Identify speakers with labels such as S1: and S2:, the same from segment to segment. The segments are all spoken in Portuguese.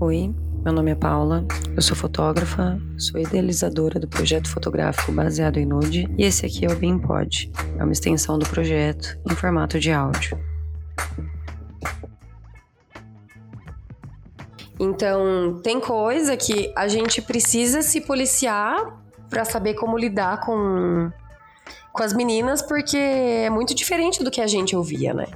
S1: Oi, meu nome é Paula, eu sou fotógrafa, sou idealizadora do projeto fotográfico baseado em nude e esse aqui é o BeamPod, é uma extensão do projeto em formato de áudio.
S2: Então, tem coisa que a gente precisa se policiar para saber como lidar com, com as meninas, porque é muito diferente do que a gente ouvia, né?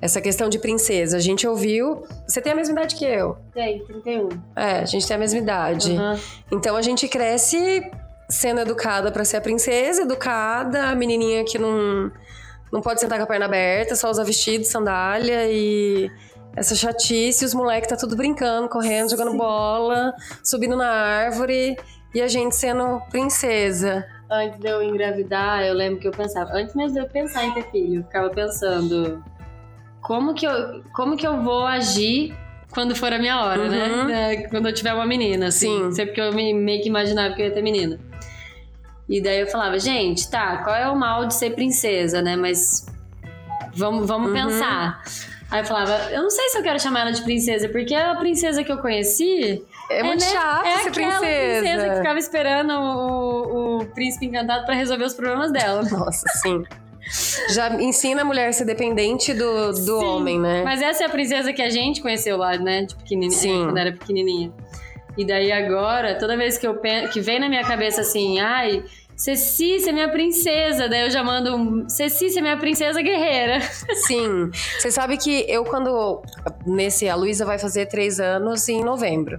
S2: Essa questão de princesa, a gente ouviu. Você tem a mesma idade que eu.
S3: Tem, 31.
S2: É, a gente tem a mesma idade.
S3: Aham.
S2: Então a gente cresce sendo educada pra ser a princesa, educada, a menininha que não, não pode sentar com a perna aberta, só usa vestido, sandália e essa chatice. Os moleques tá tudo brincando, correndo, jogando
S3: Sim.
S2: bola, subindo na árvore e a gente sendo princesa.
S3: Antes de eu engravidar, eu lembro que eu pensava, antes mesmo de eu pensar em ter filho, eu ficava pensando como que eu, como que eu vou agir quando for a minha hora,
S2: Uhum.
S3: né? Da- Quando eu tiver uma menina, assim.
S2: Sim.
S3: Sempre que eu me- meio que imaginava que eu ia ter menina. E daí eu falava, gente, tá, qual é o mal de ser princesa, né? Mas vamos, vamos
S2: Uhum.
S3: pensar. Aí eu falava, eu não sei se eu quero chamar ela de princesa, porque a princesa que eu conheci,
S2: É, muito
S3: né?
S2: chato
S3: é
S2: ser
S3: aquela
S2: princesa.
S3: que ficava esperando o, o príncipe encantado pra resolver os problemas dela.
S2: Nossa, sim. Já ensina a mulher a ser dependente do, do
S3: Sim,
S2: homem, né?
S3: Mas essa é a princesa que a gente conheceu lá, né? De pequenininha,
S2: Sim.
S3: quando era pequenininha. E daí agora, toda vez que eu pen- que vem na minha cabeça assim, ai, Ceci, você é minha princesa. Daí eu já mando um, Ceci, você é minha princesa guerreira.
S2: Sim. Você sabe que eu, quando. Nesse, a Luísa vai fazer três anos em novembro,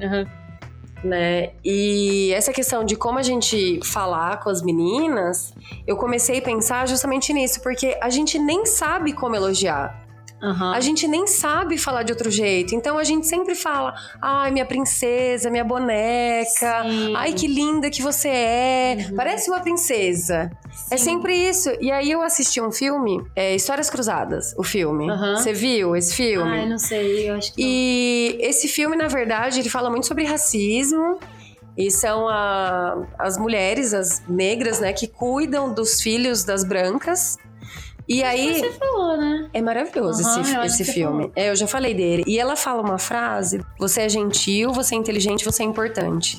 S2: né? E essa questão de como a gente falar com as meninas, eu comecei a pensar justamente nisso, porque a gente nem sabe como elogiar.
S3: Aham.
S2: A gente nem sabe falar de outro jeito. Então a gente sempre fala: ai, minha princesa, minha boneca.
S3: Sim.
S2: Ai, que linda que você é!
S3: Uhum.
S2: Parece uma princesa. É
S3: Sim.
S2: sempre isso. E aí eu assisti um filme, é, Histórias Cruzadas, o filme.
S3: Aham.
S2: Você viu esse filme?
S3: Ai, não sei, eu acho que
S2: E esse filme, na verdade, ele fala muito sobre racismo. E são a- as mulheres, as negras, né, que cuidam dos filhos das brancas. E aí.
S3: você falou, né?
S2: É maravilhoso
S3: Aham,
S2: esse,
S3: eu acho
S2: esse
S3: que você
S2: filme.
S3: falou.
S2: É, eu já falei dele. E ela fala uma frase: você é gentil, você é inteligente, você é importante.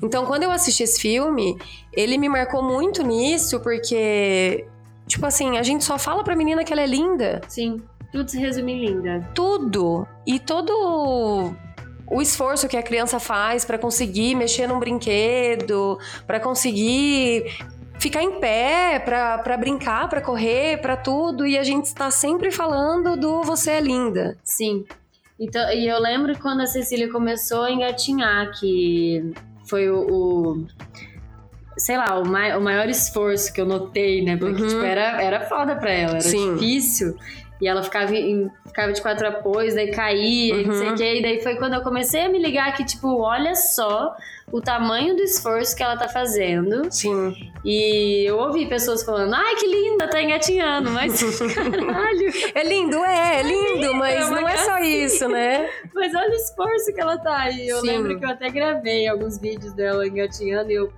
S2: Então, quando eu assisti esse filme, ele me marcou muito nisso, porque, tipo assim, a gente só fala pra menina que ela é linda.
S3: Sim. Tudo se resume em linda.
S2: Tudo. E todo o esforço que a criança faz pra conseguir mexer num brinquedo, pra conseguir ficar em pé, pra pra brincar, pra correr, pra tudo, e a gente está sempre falando do você é linda.
S3: Sim. Então, e eu lembro quando a Cecília começou a engatinhar, que foi o. o- sei lá, o, mai- o maior esforço que eu notei, né? Porque
S2: Uhum.
S3: tipo, era, era foda pra ela, era
S2: Sim.
S3: difícil. E ela ficava, em- ficava de quatro apoios, daí caía, e não sei o
S2: Uhum.
S3: quê. E daí foi quando eu comecei a me ligar que, tipo, olha só o tamanho do esforço que ela tá fazendo.
S2: Sim.
S3: E eu ouvi pessoas falando, ai, que linda, tá engatinhando, mas caralho,
S2: É lindo, é, é lindo, mas
S3: uma
S2: não é só isso, né?
S3: mas olha o esforço que ela tá aí. Eu
S2: Sim.
S3: lembro que eu até gravei alguns vídeos dela engatinhando e eu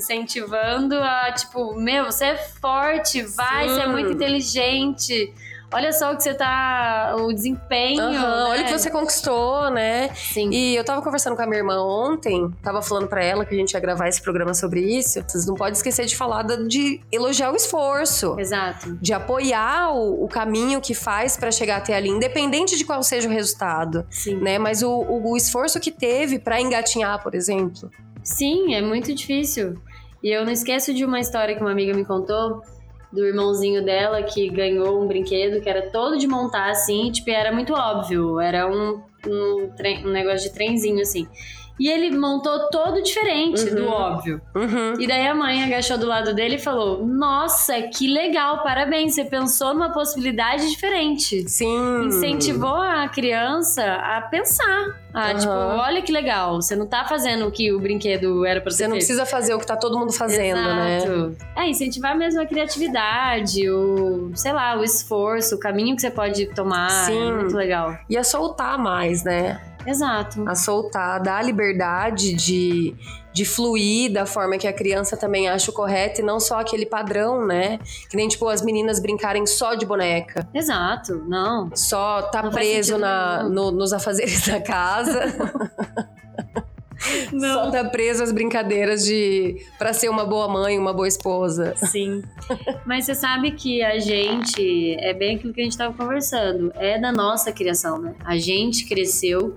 S3: incentivando a, tipo, meu, você é forte, vai,
S2: Sim.
S3: você é muito inteligente. Olha só o que você tá, o desempenho.
S2: Aham,
S3: né?
S2: Olha o que você conquistou, né?
S3: Sim.
S2: E eu tava conversando com a minha irmã ontem, tava falando pra ela que a gente ia gravar esse programa sobre isso. Vocês não podem esquecer de falar da- de elogiar o esforço.
S3: Exato.
S2: De apoiar o, o caminho que faz pra chegar até ali, independente de qual seja o resultado,
S3: Sim.
S2: né? Mas o, o- o esforço que teve pra engatinhar, por exemplo.
S3: Sim, é muito difícil. E eu não esqueço de uma história que uma amiga me contou do irmãozinho dela que ganhou um brinquedo que era todo de montar assim, tipo, e era muito óbvio, era um, um, trem- um negócio de trenzinho assim. E ele montou todo diferente do
S2: Uhum.
S3: óbvio.
S2: Uhum.
S3: E daí a mãe agachou do lado dele e falou: Nossa, que legal, parabéns, você pensou numa possibilidade diferente
S2: Sim.
S3: incentivou a criança a pensar. A,
S2: Hum. Aham.
S3: Tipo, olha que legal, você não tá fazendo o que o brinquedo era pra
S2: Você
S3: ter
S2: não
S3: feito.
S2: precisa fazer o que tá todo mundo fazendo, né?
S3: Exato. É, incentivar mesmo a criatividade, o, sei lá, o esforço, o caminho que você pode tomar.
S2: Sim.
S3: É muito legal.
S2: Ia soltar mais, né?
S3: Exato.
S2: a soltar, dar a liberdade de, de fluir da forma que a criança também acha o correto e não só aquele padrão, né? Que nem, tipo, as meninas brincarem só de boneca,
S3: Exato, não.
S2: só tá
S3: Não faz
S2: preso
S3: sentido
S2: na, no- nos afazeres da casa, só tá preso às brincadeiras de... pra ser uma boa mãe, uma boa esposa.
S3: Sim. Mas você sabe que a gente é bem aquilo que a gente estava conversando. É da nossa criação, né? A gente cresceu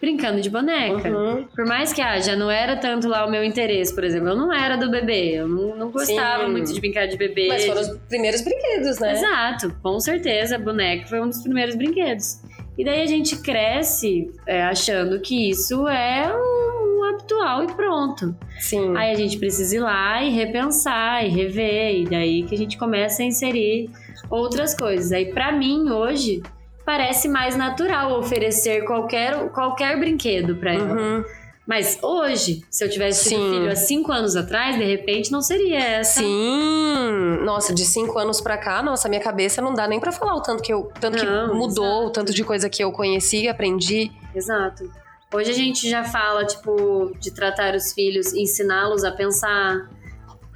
S3: brincando de boneca.
S2: Uhum.
S3: Por mais que ah, já não era tanto lá o meu interesse, por exemplo, eu não era do bebê, eu não, não gostava
S2: Sim.
S3: muito de brincar de bebê.
S2: Mas foram
S3: de-
S2: os primeiros brinquedos, né?
S3: Exato, com certeza, boneco foi um dos primeiros brinquedos. E daí a gente cresce é, achando que isso é um, um habitual e pronto.
S2: Sim.
S3: Aí a gente precisa ir lá e repensar e rever, e daí que a gente começa a inserir outras coisas. Aí pra mim hoje parece mais natural oferecer qualquer, qualquer brinquedo pra ela.
S2: Uhum.
S3: Mas hoje, se eu tivesse tido
S2: Sim.
S3: filho há cinco anos atrás, de repente não seria essa.
S2: Sim! Nossa, de cinco anos pra cá, nossa, minha cabeça não dá nem pra falar o tanto que eu. Tanto que
S3: Não,
S2: mudou, o tanto de coisa que eu conheci, aprendi.
S3: Exato. Hoje a gente já fala, tipo, de tratar os filhos, ensiná-los a pensar,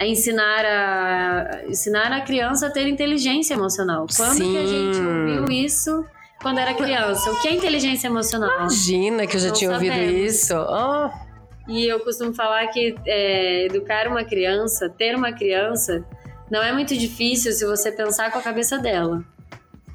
S3: a ensinar a ensinar a criança a ter inteligência emocional. Quando que a gente
S2: Sim.
S3: ouviu isso quando era criança? O que é inteligência emocional?
S2: Imagina que eu já
S3: Ah. Não
S2: tinha ouvido
S3: sabemos.
S2: isso. Ah,
S3: E eu costumo falar que é, educar uma criança, ter uma criança, não é muito difícil se você pensar com a cabeça dela.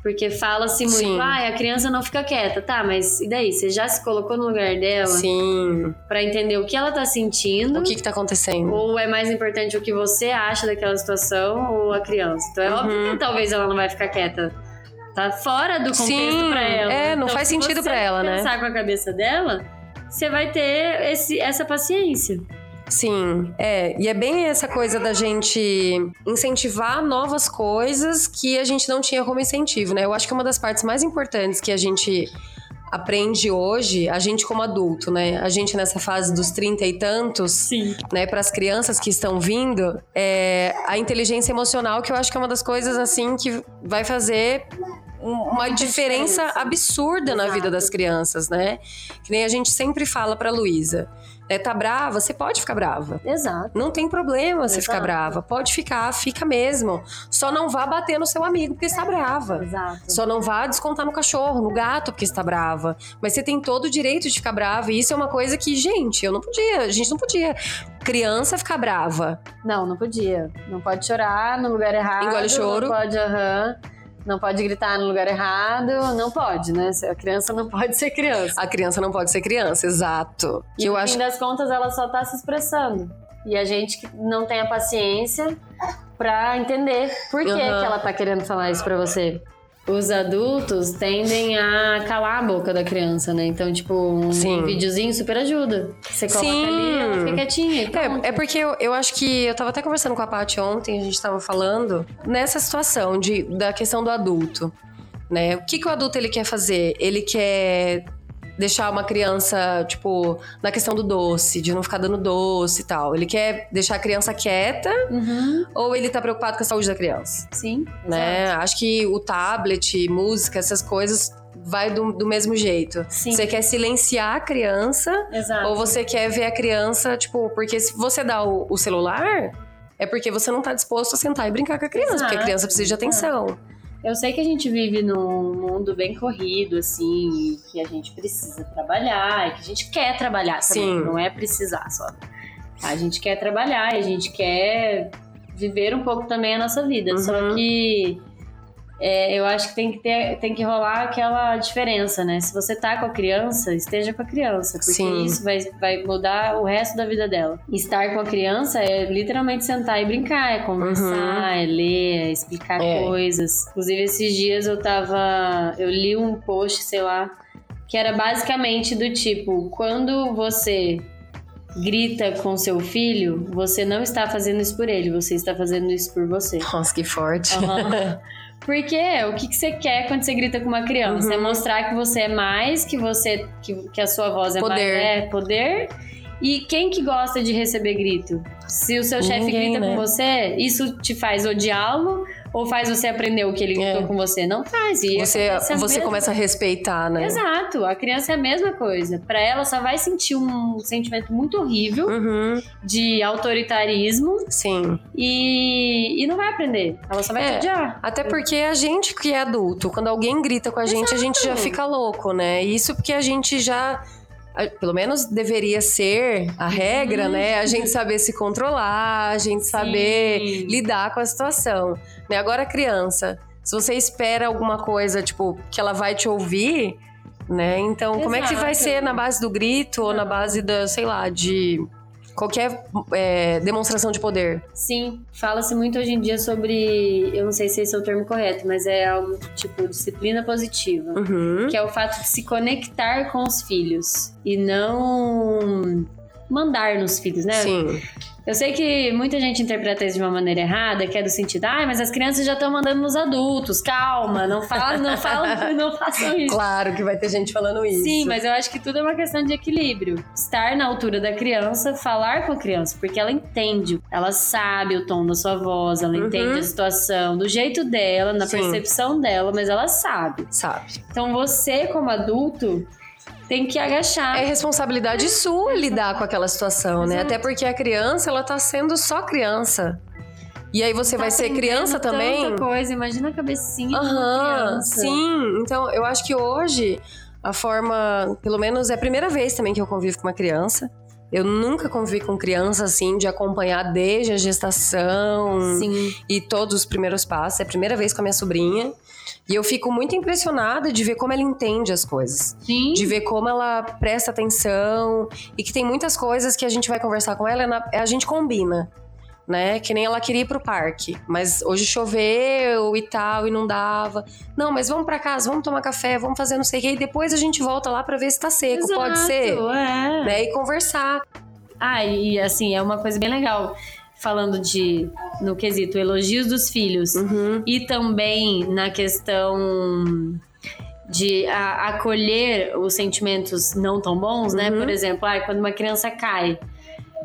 S3: Porque fala-se
S2: Sim.
S3: muito, ah, a criança não fica quieta. Tá, mas e daí? Você já se colocou no lugar dela
S2: sim.
S3: Pra entender o que ela tá sentindo?
S2: O que que tá acontecendo?
S3: Ou é mais importante o que você acha daquela situação ou a criança? Então é
S2: Uhum.
S3: óbvio que talvez ela não vai ficar quieta. Tá fora do contexto
S2: Sim,
S3: pra ela.
S2: é, não
S3: Então,
S2: faz
S3: se
S2: sentido
S3: você
S2: pra ela, né?
S3: pensar com a cabeça dela, você vai ter esse, essa paciência.
S2: Sim, é. E é bem essa coisa da gente incentivar novas coisas que a gente não tinha como incentivo, né? Eu acho que uma das partes mais importantes que a gente aprende hoje, a gente como adulto, né? A gente nessa fase dos trinta e tantos,
S3: Sim.
S2: né, para as crianças que estão vindo, é a inteligência emocional, que eu acho que é uma das coisas assim que vai fazer um- uma diferença
S3: diferença.
S2: absurda na
S3: Exato.
S2: vida das crianças, né? Que nem a gente sempre fala para Luísa, né, tá brava, você pode ficar brava.
S3: Exato.
S2: Não tem problema você ficar
S3: Exato.
S2: brava, pode ficar, fica mesmo. Só não vá bater no seu amigo porque está brava.
S3: Exato.
S2: Só não vá descontar no cachorro, no gato, porque está brava. Mas você tem todo o direito de ficar brava. E isso é uma coisa que, gente, eu não podia. A gente não podia. Criança ficar brava.
S3: Não, não podia. Não pode chorar no lugar errado.
S2: Engole o choro.
S3: Não pode, aham. Não pode gritar no lugar errado. Não pode, né? A criança não pode ser criança.
S2: A criança não pode ser criança, exato.
S3: E
S2: Que eu
S3: no
S2: acho.
S3: fim das contas, ela só tá se expressando. E a gente que não tem a paciência pra entender por que,
S2: Uhum.
S3: que ela tá querendo falar isso pra você. Os adultos tendem a calar a boca da criança, né? Então, tipo, um
S2: Sim.
S3: videozinho super ajuda. Você coloca
S2: Sim.
S3: ali, ela fica quietinha. e pronto.
S2: É, é porque eu, eu acho que eu tava até conversando com a Paty ontem, a gente tava falando nessa situação de, da questão do adulto, né? O que, que o adulto ele quer fazer? Ele quer deixar uma criança, tipo, na questão do doce, de não ficar dando doce e tal. Ele quer deixar a criança quieta
S3: Uhum,
S2: ou ele tá preocupado com a saúde da criança,
S3: sim.
S2: né?
S3: exato.
S2: Acho que o tablet, música, essas coisas vai do, do mesmo jeito.
S3: Sim, Ah,
S2: Você quer silenciar a criança
S3: exato.
S2: ou você quer ver a criança, tipo, porque se você dá o, o celular, é porque você não tá disposto a sentar e brincar com a criança, porque a
S3: Exato,
S2: criança precisa de atenção.
S3: Eu sei que a gente vive num mundo bem corrido, assim, e que a gente precisa trabalhar, e que a gente quer trabalhar também,
S2: Sim.
S3: não é precisar só. A gente quer trabalhar, e a gente quer viver um pouco também a nossa vida,
S2: Uhum.
S3: só que é, eu acho que tem que, ter, tem que rolar aquela diferença, né? Se você tá com a criança, esteja com a criança, porque
S2: Sim.
S3: isso vai, vai mudar o resto da vida dela. Estar com a criança é literalmente sentar e brincar,
S2: Uhum.
S3: é conversar, é ler, é explicar
S2: É.
S3: coisas. Inclusive, esses dias eu tava. Eu li um post, sei lá, que era basicamente do tipo: quando você grita com seu filho, você não está fazendo isso por ele, você está fazendo isso por você.
S2: Nossa, que forte.
S3: Aham. Porque o que, que você quer quando você grita com uma criança?
S2: Uhum.
S3: É mostrar que você é mais, que você que, que a sua voz é
S2: Poder.
S3: mais. É poder. E quem que gosta de receber grito? Se o seu chefe
S2: Ninguém,
S3: grita
S2: né?
S3: com você, isso te faz odiá-lo Ou faz você aprender o que ele
S2: É.
S3: lutou com você? Não faz. E
S2: Você,
S3: acontece a
S2: você
S3: mesma-
S2: começa a respeitar, né?
S3: Exato, a criança é a mesma coisa. Pra ela só vai sentir um sentimento muito horrível
S2: Uhum,
S3: de autoritarismo
S2: sim.
S3: e, e não vai aprender. Ela só vai
S2: É.
S3: te odiar.
S2: Até porque a gente que é adulto, quando alguém grita com a gente, a gente já fica louco, né? Isso porque a gente já. a- Pelo menos deveria ser a regra,
S3: Uhum.
S2: né? A gente saber se controlar, a gente saber
S3: Sim.
S2: lidar com a situação. Né? Agora, a criança, se você espera alguma coisa, tipo, que ela vai te ouvir, né? Então, como é que vai
S3: Exato.
S2: ser na base do grito ou na base da, sei lá, de qualquer é, demonstração de poder?
S3: Sim, fala-se muito hoje em dia sobre, eu não sei se esse é o termo correto, mas é algo tipo disciplina positiva.
S2: Uhum.
S3: que é o fato de se conectar com os filhos e não mandar nos filhos, né?
S2: Sim.
S3: Eu sei que muita gente interpreta isso de uma maneira errada, que é do sentido, ai, mas as crianças já estão mandando nos adultos, calma, não fala, não fala, não façam isso.
S2: Claro que vai ter gente falando isso.
S3: Sim, mas eu acho que tudo é uma questão de equilíbrio. Estar na altura da criança, falar com a criança, porque ela entende, ela sabe o tom da sua voz, ela
S2: Uhum.
S3: entende a situação, do jeito dela, na
S2: Sim.
S3: percepção dela, mas ela sabe.
S2: Sabe?
S3: Então você, como adulto, tem que agachar.
S2: É responsabilidade sua lidar com aquela situação, né?
S3: Exato.
S2: Até porque a criança, ela tá sendo só criança. E aí você
S3: Tá
S2: vai ser
S3: aprendendo
S2: criança
S3: tanta
S2: também.
S3: coisa, imagina a cabecinha de uma
S2: Aham,
S3: criança.
S2: sim. Então, eu acho que hoje a forma, pelo menos é a primeira vez também que eu convivo com uma criança. Eu nunca convivi com criança assim, de acompanhar desde a gestação
S3: Sim.
S2: e todos os primeiros passos. É a primeira vez com a minha sobrinha. E eu fico muito impressionada de ver como ela entende as coisas,
S3: Sim.
S2: de ver como ela presta atenção e que tem muitas coisas que a gente vai conversar com ela, é na- a gente combina. Né? Que nem ela queria ir pro parque, mas hoje choveu e tal, e não dava. Não, mas vamos pra casa, vamos tomar café, vamos fazer não sei o quê, e depois a gente volta lá pra ver se tá seco,
S3: Exato,
S2: pode ser?
S3: É.
S2: Né? E conversar.
S3: Ah, e assim, é uma coisa bem legal. Falando de, no quesito, elogios dos filhos.
S2: Uhum.
S3: E também na questão de a- acolher os sentimentos não tão bons, né?
S2: Uhum.
S3: Por exemplo, ai, quando uma criança cai,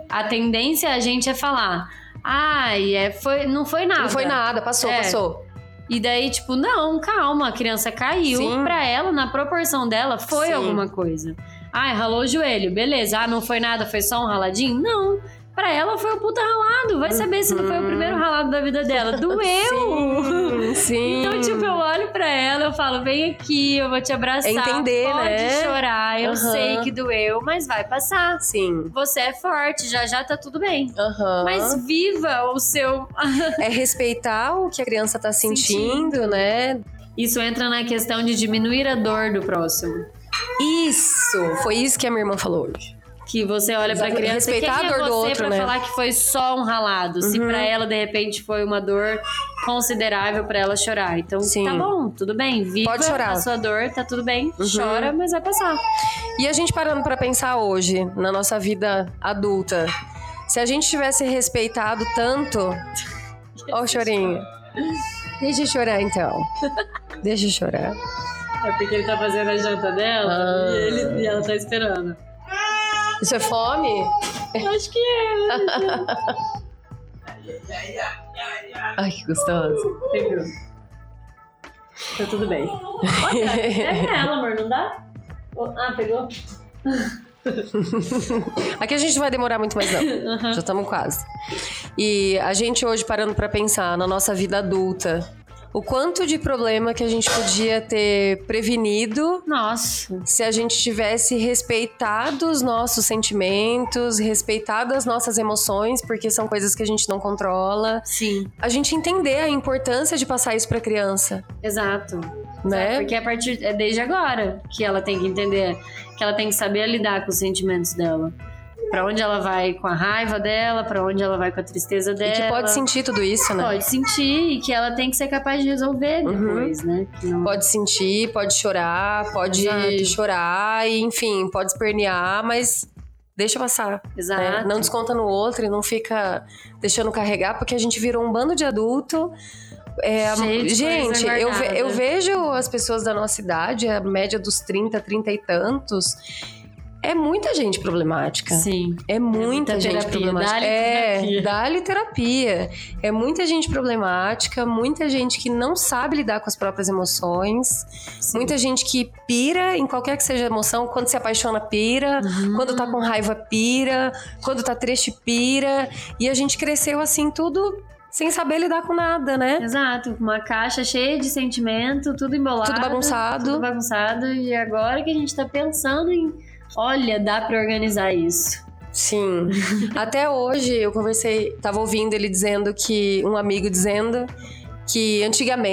S3: a tendência a gente é falar. Ai, é, foi, não foi nada.
S2: Não foi nada, passou,
S3: É.
S2: passou.
S3: E daí, tipo, não, calma, a criança caiu.
S2: Sim.
S3: Pra ela, na proporção dela, foi
S2: Sim.
S3: alguma coisa. Ai, ralou o joelho, beleza. Ah, não foi nada, foi só um raladinho? Não. Pra ela foi o puta ralado. Vai saber se não foi o
S2: Uhum.
S3: primeiro ralado da vida dela. Doeu!
S2: Sim, sim.
S3: Então, tipo, eu olho pra ela, eu falo, vem aqui, eu vou te abraçar.
S2: É entender,
S3: pode
S2: né?
S3: chorar, eu
S2: Aham.
S3: sei que doeu, mas vai passar.
S2: Sim.
S3: Você é forte, já já tá tudo bem.
S2: Aham.
S3: Mas viva o seu
S2: É respeitar o que a criança tá sentindo,
S3: Sentindo.
S2: né?
S3: Isso entra na questão de diminuir a dor do próximo.
S2: Isso! Foi isso que a minha irmã falou hoje.
S3: Que você olha pra
S2: Exatamente.
S3: criança e quem
S2: Respeitar a dor
S3: é você
S2: do outro,
S3: pra
S2: né?
S3: falar que foi só um ralado. Se
S2: Uhum.
S3: pra ela, de repente, foi uma dor considerável pra ela chorar. Então,
S2: Sim.
S3: tá bom, tudo bem. Viva
S2: Pode chorar.
S3: a sua dor, tá tudo bem.
S2: Uhum.
S3: Chora, mas vai passar.
S2: E a gente parando pra pensar hoje, na nossa vida adulta, se a gente tivesse respeitado tanto. Ó, o chorinho. Deixa eu chorar então. Deixa eu chorar.
S3: É porque ele tá fazendo a janta dela
S2: Ah. e ele-
S3: ela tá esperando.
S2: Isso é fome?
S3: Acho que é.
S2: Ai, que gostoso.
S3: Pegou. Tá tudo bem.
S2: é
S3: Pega ela, amor, não dá? Ah, pegou?
S2: Aqui a gente não vai demorar muito mais, não. Já estamos quase. E a gente hoje parando pra pensar na nossa vida adulta, o quanto de problema que a gente podia ter prevenido
S3: Nossa.
S2: se a gente tivesse respeitado os nossos sentimentos, respeitado as nossas emoções, porque são coisas que a gente não controla.
S3: Sim,
S2: A gente entender a importância de passar isso pra criança,
S3: exato. É,
S2: né?
S3: Porque a partir é desde agora que ela tem que entender, que ela tem que saber lidar com os sentimentos dela. Pra onde ela vai com a raiva dela, pra onde ela vai com a tristeza
S2: E
S3: dela.
S2: que pode sentir tudo isso, né?
S3: Pode sentir e que ela tem que ser capaz de resolver
S2: Uhum.
S3: depois, né? Que não-
S2: Pode sentir, pode chorar, pode
S3: Exato.
S2: chorar, e, enfim, pode espernear, mas deixa passar.
S3: Exato.
S2: né? Não desconta no outro e não fica deixando carregar, porque a gente virou um bando de adulto. É, a-
S3: Cheio de
S2: gente,
S3: coisa
S2: eu, ve-
S3: guardada.
S2: eu vejo as pessoas da nossa idade, a média dos 30, 30 e tantos, É muita gente problemática.
S3: Sim.
S2: É muita,
S3: muita
S2: gente
S3: terapia.
S2: problemática.
S3: Dá-lhe
S2: é,
S3: terapia.
S2: dá-lhe terapia. É muita gente problemática, muita gente que não sabe lidar com as próprias emoções,
S3: Sim.
S2: muita gente que pira em qualquer que seja a emoção, quando se apaixona, pira.
S3: Uhum.
S2: Quando tá com raiva, pira. Quando tá triste, pira. E a gente cresceu assim, tudo sem saber lidar com nada, né?
S3: Exato, com uma caixa cheia de sentimento, tudo embolado.
S2: Tudo bagunçado.
S3: Tudo bagunçado. E agora que a gente tá pensando em. Olha, dá pra organizar isso.
S2: Sim. Até hoje eu conversei, tava ouvindo ele dizendo que. Um amigo dizendo. Que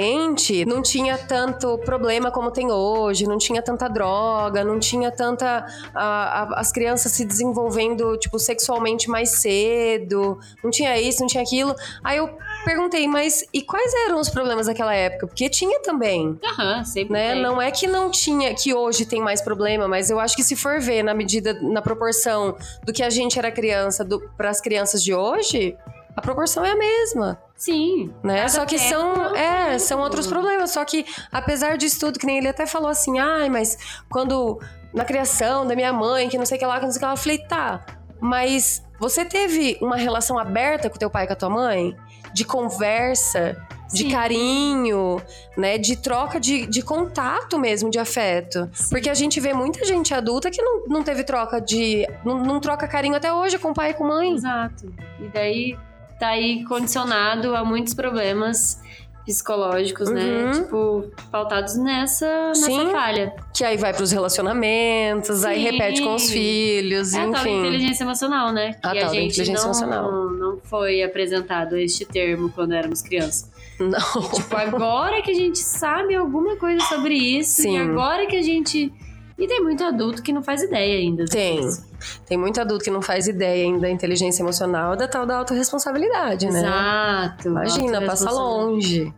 S2: antigamente não tinha tanto problema como tem hoje, não tinha tanta droga, não tinha tanta. a- a- as crianças se desenvolvendo, tipo, sexualmente mais cedo, não tinha isso, não tinha aquilo. Aí eu perguntei, mas e quais eram os problemas daquela época? Porque tinha também
S3: Aham, sempre.
S2: né?
S3: tem.
S2: Não é que não tinha, que hoje tem mais problema, mas eu acho que se for ver na medida, na proporção do que a gente era criança para as crianças de hoje, a proporção é a mesma,
S3: Sim.
S2: né?
S3: Cada
S2: só que
S3: tempo é
S2: são,
S3: um
S2: é,
S3: tempo.
S2: são outros problemas. Só que apesar disso tudo, que nem ele até falou assim, ai, mas quando na criação da minha mãe, que não sei o que lá, que não sei o que lá, eu falei, tá, mas você teve uma relação aberta com teu pai e com a tua mãe? De conversa, de
S3: Sim.
S2: carinho, né? De troca de, de contato mesmo, de afeto. Porque a gente vê muita gente adulta que não, não teve troca de. Não, não troca carinho até hoje com pai e com mãe.
S3: Exato. E daí tá aí condicionado a muitos problemas psicológicos, né?
S2: Uhum.
S3: Tipo, pautados nessa, nessa
S2: Sim.
S3: falha.
S2: Que aí vai pros relacionamentos, aí
S3: Sim.
S2: repete com os filhos,
S3: É a tal da
S2: enfim.
S3: inteligência emocional,
S2: A
S3: né? que
S2: tal
S3: a
S2: da
S3: gente
S2: inteligência
S3: não,
S2: emocional.
S3: não foi apresentado este termo quando éramos crianças.
S2: Não.
S3: Tipo, agora que a gente sabe alguma coisa sobre isso,
S2: Sim.
S3: e agora que a gente. E tem muito adulto que não faz ideia ainda.
S2: Tem.
S3: disso.
S2: Tem muito adulto que não faz ideia ainda da inteligência emocional da tal da autorresponsabilidade, né?
S3: Exato.
S2: Imagina, passa longe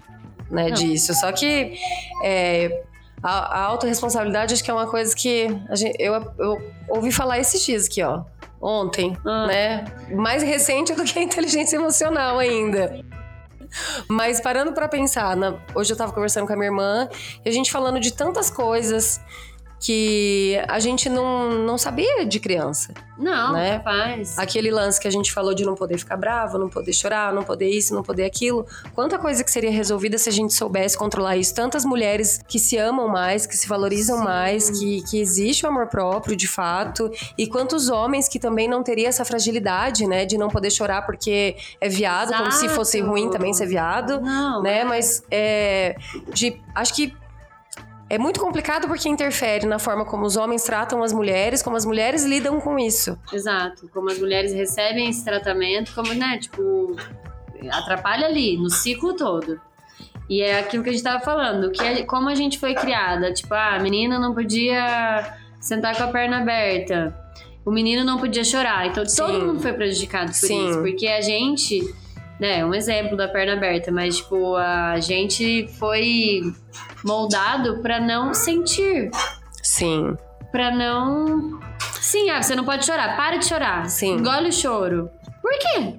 S2: né,
S3: Não.
S2: disso. Só que é, a, a autorresponsabilidade acho que é uma coisa que a gente- eu, eu ouvi falar esses dias aqui, ó. Ontem,
S3: Ah.
S2: né? Mais recente do que a inteligência emocional ainda. Mas parando pra pensar, na- hoje eu tava conversando com a minha irmã e a gente falando de tantas coisas que a gente não, não sabia de criança
S3: Não,
S2: né?
S3: faz.
S2: aquele lance que a gente falou de não poder ficar bravo, não poder chorar, não poder isso, não poder aquilo. Quanta coisa que seria resolvida se a gente soubesse controlar isso? Tantas mulheres que se amam mais, que se valorizam
S3: Sim.
S2: mais, que, que existe o amor próprio de fato. E quantos homens que também não teria essa fragilidade, né? De não poder chorar porque é viado, como se fosse
S3: Exato.
S2: ruim também ser viado
S3: Não.
S2: né? Mas é, de, acho que é muito complicado porque interfere na forma como os homens tratam as mulheres, como as mulheres lidam com isso.
S3: Exato. Como as mulheres recebem esse tratamento, como, né, tipo, atrapalha ali, no ciclo todo. E é aquilo que a gente tava falando, que a- como a gente foi criada, tipo, ah, a menina não podia sentar com a perna aberta, o menino não podia chorar. Então
S2: Sim.
S3: todo mundo foi prejudicado por
S2: Sim.
S3: isso, porque a gente, né, um exemplo da perna aberta, mas tipo, a gente foi moldado pra não sentir,
S2: Sim,
S3: Pra não. Sim, ah, você não pode chorar. Para de chorar.
S2: Sim.
S3: Engole o choro. Por quê?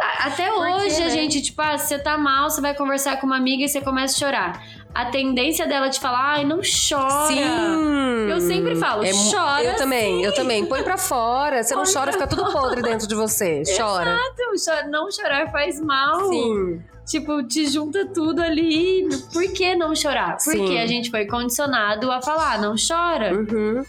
S3: A- Até hoje
S2: né?
S3: a gente, tipo, ah, você tá mal, você vai conversar com uma amiga e você começa a chorar. A tendência dela é te falar, ai, não chora.
S2: Sim. Hum. É
S3: Eu sempre falo,
S2: mu-
S3: chora
S2: Eu também, eu também. Põe pra fora. Você não
S3: Põe
S2: chora, fica
S3: pra
S2: tudo podre dentro de você. Chora.
S3: Não, cho- não chorar faz mal.
S2: Sim.
S3: Tipo, te junta tudo ali. Por que não chorar? Porque
S2: Sim.
S3: a gente foi condicionado a falar, não chora.
S2: Uhum.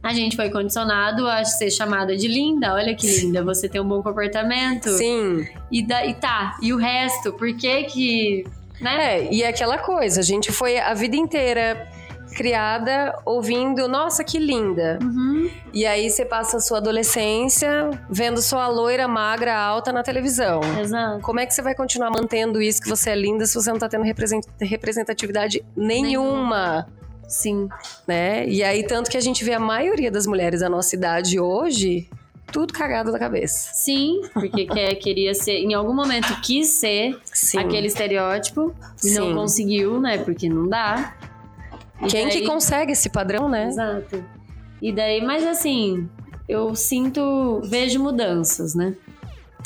S3: A gente foi condicionado a ser chamada de linda. Olha que linda, você tem um bom comportamento.
S2: Sim.
S3: E, da, e tá, e o resto? Por que que. Né?
S2: É, e é aquela coisa, a gente foi a vida inteira criada ouvindo, nossa, que linda.
S3: Uhum.
S2: E aí você passa a sua adolescência vendo sua loira magra alta na televisão.
S3: Exato.
S2: Como é que você vai continuar mantendo isso que você é linda se você não tá tendo represen- representatividade nenhuma,
S3: Sim.
S2: né? E aí tanto que a gente vê a maioria das mulheres da nossa idade hoje tudo cagado da cabeça.
S3: Sim, porque quer, queria ser. Em algum momento quis ser
S2: Sim.
S3: aquele estereótipo e
S2: Sim.
S3: não conseguiu, né? Porque não dá. E
S2: Quem
S3: daí-
S2: que consegue esse padrão, né?
S3: Exato. E daí, mas assim, eu sinto. Vejo mudanças, né?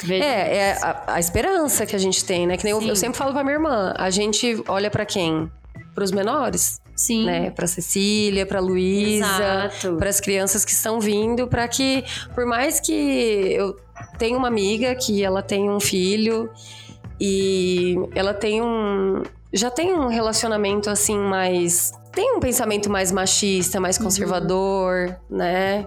S3: Vejo.
S2: É, é a, a esperança que a gente tem, né? Que nem eu,
S3: Sim.
S2: eu sempre falo pra minha irmã, a gente olha pra quem? pros menores,
S3: Sim.
S2: né? Pra Cecília, pra Luísa,
S3: Exato.
S2: para as crianças que estão vindo, para que, por mais que eu tenha uma amiga que ela tem um filho e ela tem um. Já tem um relacionamento assim, mais. Tem um pensamento mais machista, mais conservador, né?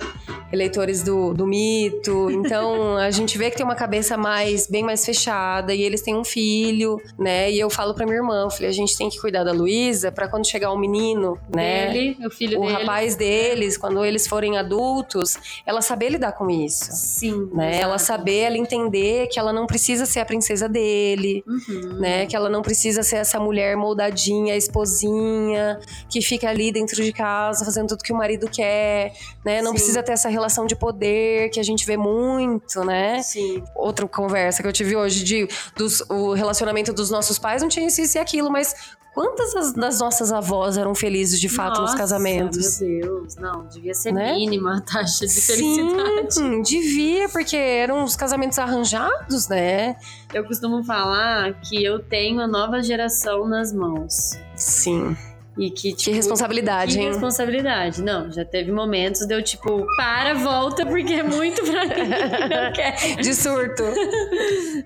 S2: Eleitores do, do mito. Então, a gente vê que tem uma cabeça mais bem mais fechada e eles têm um filho, né? E eu falo pra minha irmã, eu falei, a gente tem que cuidar da Luísa pra quando chegar um menino, né?
S3: Dele, o filho
S2: o
S3: dele.
S2: rapaz deles, quando eles forem adultos, ela saber lidar com isso.
S3: Sim.
S2: Né?
S3: exato.
S2: Ela saber, ela entender que ela não precisa ser a princesa dele,
S3: Uhum.
S2: né? Que ela não precisa ser essa mulher moldadinha, esposinha, que fica ali dentro de casa fazendo tudo que o marido quer, né? Não
S3: Sim.
S2: precisa ter essa relação de poder que a gente vê muito, né?
S3: Sim.
S2: Outra conversa que eu tive hoje de dos, o relacionamento dos nossos pais não tinha isso, isso e aquilo, mas quantas das- das nossas avós eram felizes de fato nos
S3: Nossa,
S2: casamentos?
S3: Meu Deus, não, devia ser
S2: Né?
S3: mínima a taxa de felicidade.
S2: Sim, devia, porque eram os casamentos arranjados, né?
S3: Eu costumo falar que eu tenho a nova geração nas mãos.
S2: Sim.
S3: E que,
S2: Que
S3: tipo,
S2: responsabilidade,
S3: que
S2: hein?
S3: responsabilidade. Não, já teve momentos de eu, tipo, para, volta, porque é muito pra mim. Não quero.
S2: De surto.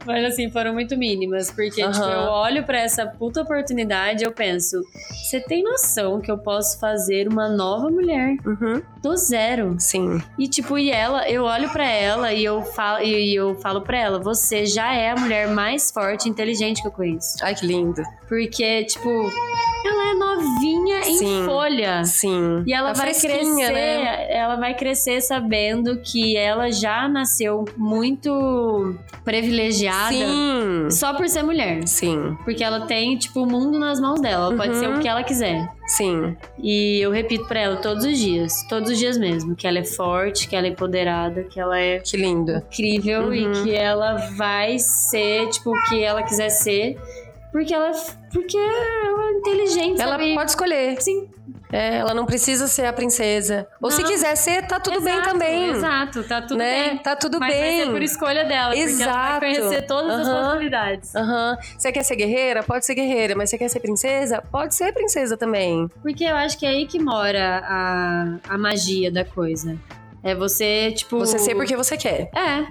S3: Mas assim, foram muito mínimas, porque tipo,
S2: Aham.
S3: eu olho pra essa puta oportunidade e eu penso, você tem noção que eu posso fazer uma nova mulher
S2: Uhum.
S3: do zero?
S2: Sim.
S3: E tipo, e ela, eu olho pra ela e eu falo e eu falo para ela, você já é a mulher mais forte e inteligente que eu conheço.
S2: Ai, que lindo.
S3: Porque tipo, ela é novinha em
S2: Sim.
S3: folha.
S2: Sim.
S3: E ela
S2: Tá
S3: vai crescer,
S2: fresquinha, né?
S3: ela vai crescer sabendo que ela já nasceu muito privilegiada
S2: Sim.
S3: só por ser mulher.
S2: Sim.
S3: Porque ela tem, tipo, o mundo nas mãos dela. Ela pode
S2: Uhum.
S3: ser o que ela quiser.
S2: Sim.
S3: E eu repito pra ela todos os dias, todos os dias mesmo, que ela é forte, que ela é empoderada, que ela é
S2: Que lindo.
S3: incrível e
S2: Uhum.
S3: que ela vai ser, tipo, o que ela quiser ser. Porque ela, porque ela é inteligente,
S2: Ela
S3: sabe?
S2: pode escolher.
S3: Sim.
S2: É, ela não precisa ser a princesa. Ou se
S3: Não.
S2: quiser ser, tá tudo bem
S3: Exato,
S2: também.
S3: Exato, tá tudo
S2: né?
S3: bem.
S2: Tá tudo
S3: Mas
S2: bem.
S3: vai ser por escolha dela, porque ela vai
S2: Exato.
S3: conhecer todas as
S2: Aham.
S3: possibilidades.
S2: Aham. Você quer ser guerreira? Pode ser guerreira. Mas você quer ser princesa? Pode ser princesa também.
S3: Porque eu acho que é aí que mora a, a magia da coisa. É você, tipo.
S2: Você ser porque você quer.
S3: É.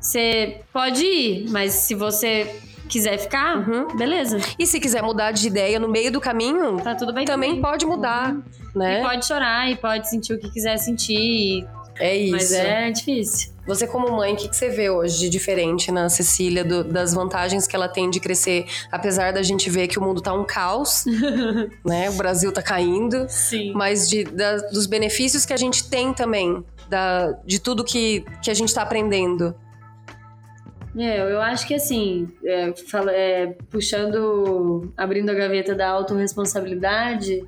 S3: Você pode ir, mas se você quiser ficar,
S2: Uhum.
S3: beleza.
S2: E se quiser mudar de ideia no meio do caminho,
S3: Tá tudo bem.
S2: também pode mudar,
S3: Uhum. E
S2: né?
S3: pode chorar e pode sentir o que quiser sentir. e-
S2: É isso.
S3: Mas é difícil.
S2: Você como mãe, o que, que você vê hoje de diferente na Cecília, do- das vantagens que ela tem de crescer, apesar da gente ver que o mundo tá um caos, né? O Brasil tá caindo,
S3: Sim.
S2: mas de- da- dos benefícios que a gente tem também, da- de tudo que, que a gente tá aprendendo.
S3: Meu, eu acho que assim, é, fala- é, puxando, abrindo a gaveta da autorresponsabilidade,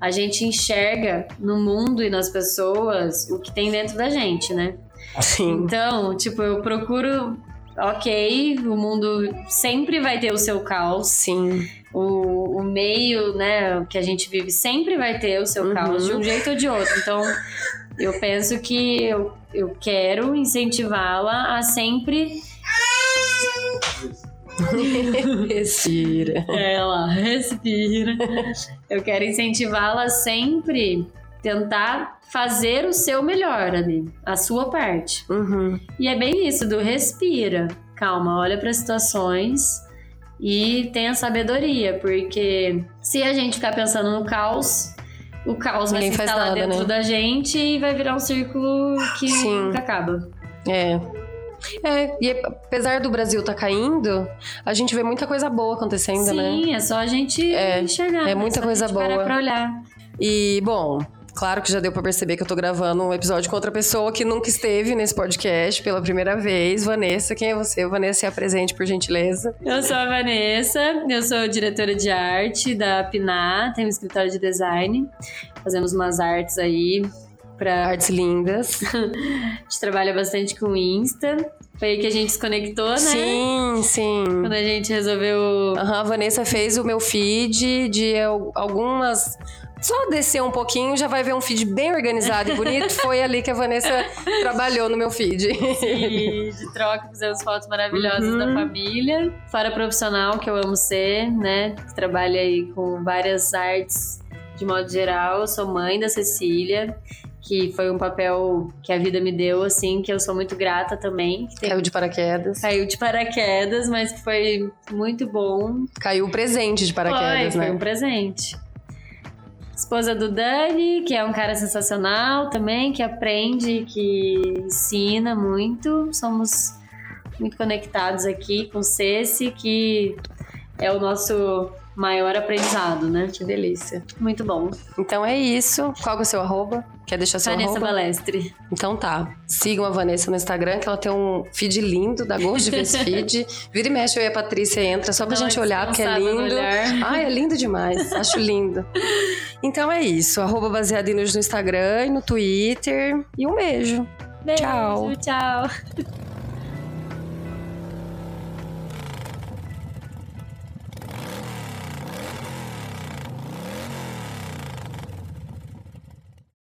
S3: a gente enxerga no mundo e nas pessoas o que tem dentro da gente, né?
S2: Sim.
S3: Então, tipo, eu procuro, ok, o mundo sempre vai ter o seu caos,
S2: Sim.
S3: o, o meio, né, que a gente vive sempre vai ter o seu
S2: Uhum.
S3: caos, de um jeito ou de outro. Então, eu penso que eu, eu quero incentivá-la a sempre
S2: Respira.
S3: Ela respira. Eu quero incentivá-la a sempre tentar fazer o seu melhor ali, a sua parte.
S2: Uhum.
S3: E é bem isso do respira, calma, olha para situações e tenha sabedoria, porque se a gente ficar pensando no caos, o caos vai
S2: Ninguém
S3: se
S2: faz
S3: instalar
S2: nada,
S3: dentro
S2: né?
S3: da gente e vai virar um círculo que
S2: Sim.
S3: nunca acaba.
S2: É. É, e apesar do Brasil tá caindo, a gente vê muita coisa boa acontecendo, né?
S3: Sim, é só a gente
S2: É,
S3: enxergar.
S2: é
S3: né?
S2: muita
S3: Só a
S2: coisa
S3: gente Parar
S2: boa.
S3: pra olhar.
S2: E, bom, claro que já deu pra perceber que eu tô gravando um episódio com outra pessoa que nunca esteve nesse podcast pela primeira vez. Vanessa, quem é você? Vanessa, se apresente, por gentileza.
S3: Eu sou a Vanessa, eu sou diretora de arte da Piná, tenho um escritório de design. Fazemos umas artes aí
S2: pra Artes Lindas.
S3: A gente trabalha bastante com Insta. Foi aí que a gente se conectou, né?
S2: Sim, sim.
S3: Quando a gente resolveu.
S2: Aham, a Vanessa fez o meu feed de al- algumas. Só descer um pouquinho, já vai ver um feed bem organizado e bonito. Foi ali que a Vanessa trabalhou no meu feed.
S3: E de troca, fizemos fotos maravilhosas
S2: Uhum.
S3: da família. Fora profissional, que eu amo ser, né? Que Trabalha aí com várias artes de modo geral. Eu Sou mãe da Cecília, que foi um papel que a vida me deu, assim, que eu sou muito grata também. Que tem-
S2: Caiu de paraquedas.
S3: Caiu de paraquedas, mas que foi muito bom.
S2: Caiu o presente de paraquedas,
S3: foi, foi um
S2: né?
S3: presente. Esposa do Dani, que é um cara sensacional também, que aprende, que ensina muito. Somos muito conectados aqui com o Ceci, que é o nosso maior aprendizado, né?
S2: Que delícia.
S3: Muito bom.
S2: Então é isso. Qual que é o seu arroba? Quer deixar seu
S3: Vanessa
S2: arroba?
S3: Balestre.
S2: Então tá. Sigam a Vanessa no Instagram, que ela tem um feed lindo, da gosto de ver esse feed. Vira e mexe, eu e a Patrícia entra, só pra
S3: Dá uma
S2: gente olhar, porque é
S3: descansada no
S2: lindo.
S3: olhar.
S2: Ai, é lindo demais. Acho lindo. Então é isso. Arroba baseado em nudes no Instagram e no Twitter. E um beijo.
S3: Beijo,
S2: Tchau.
S3: tchau.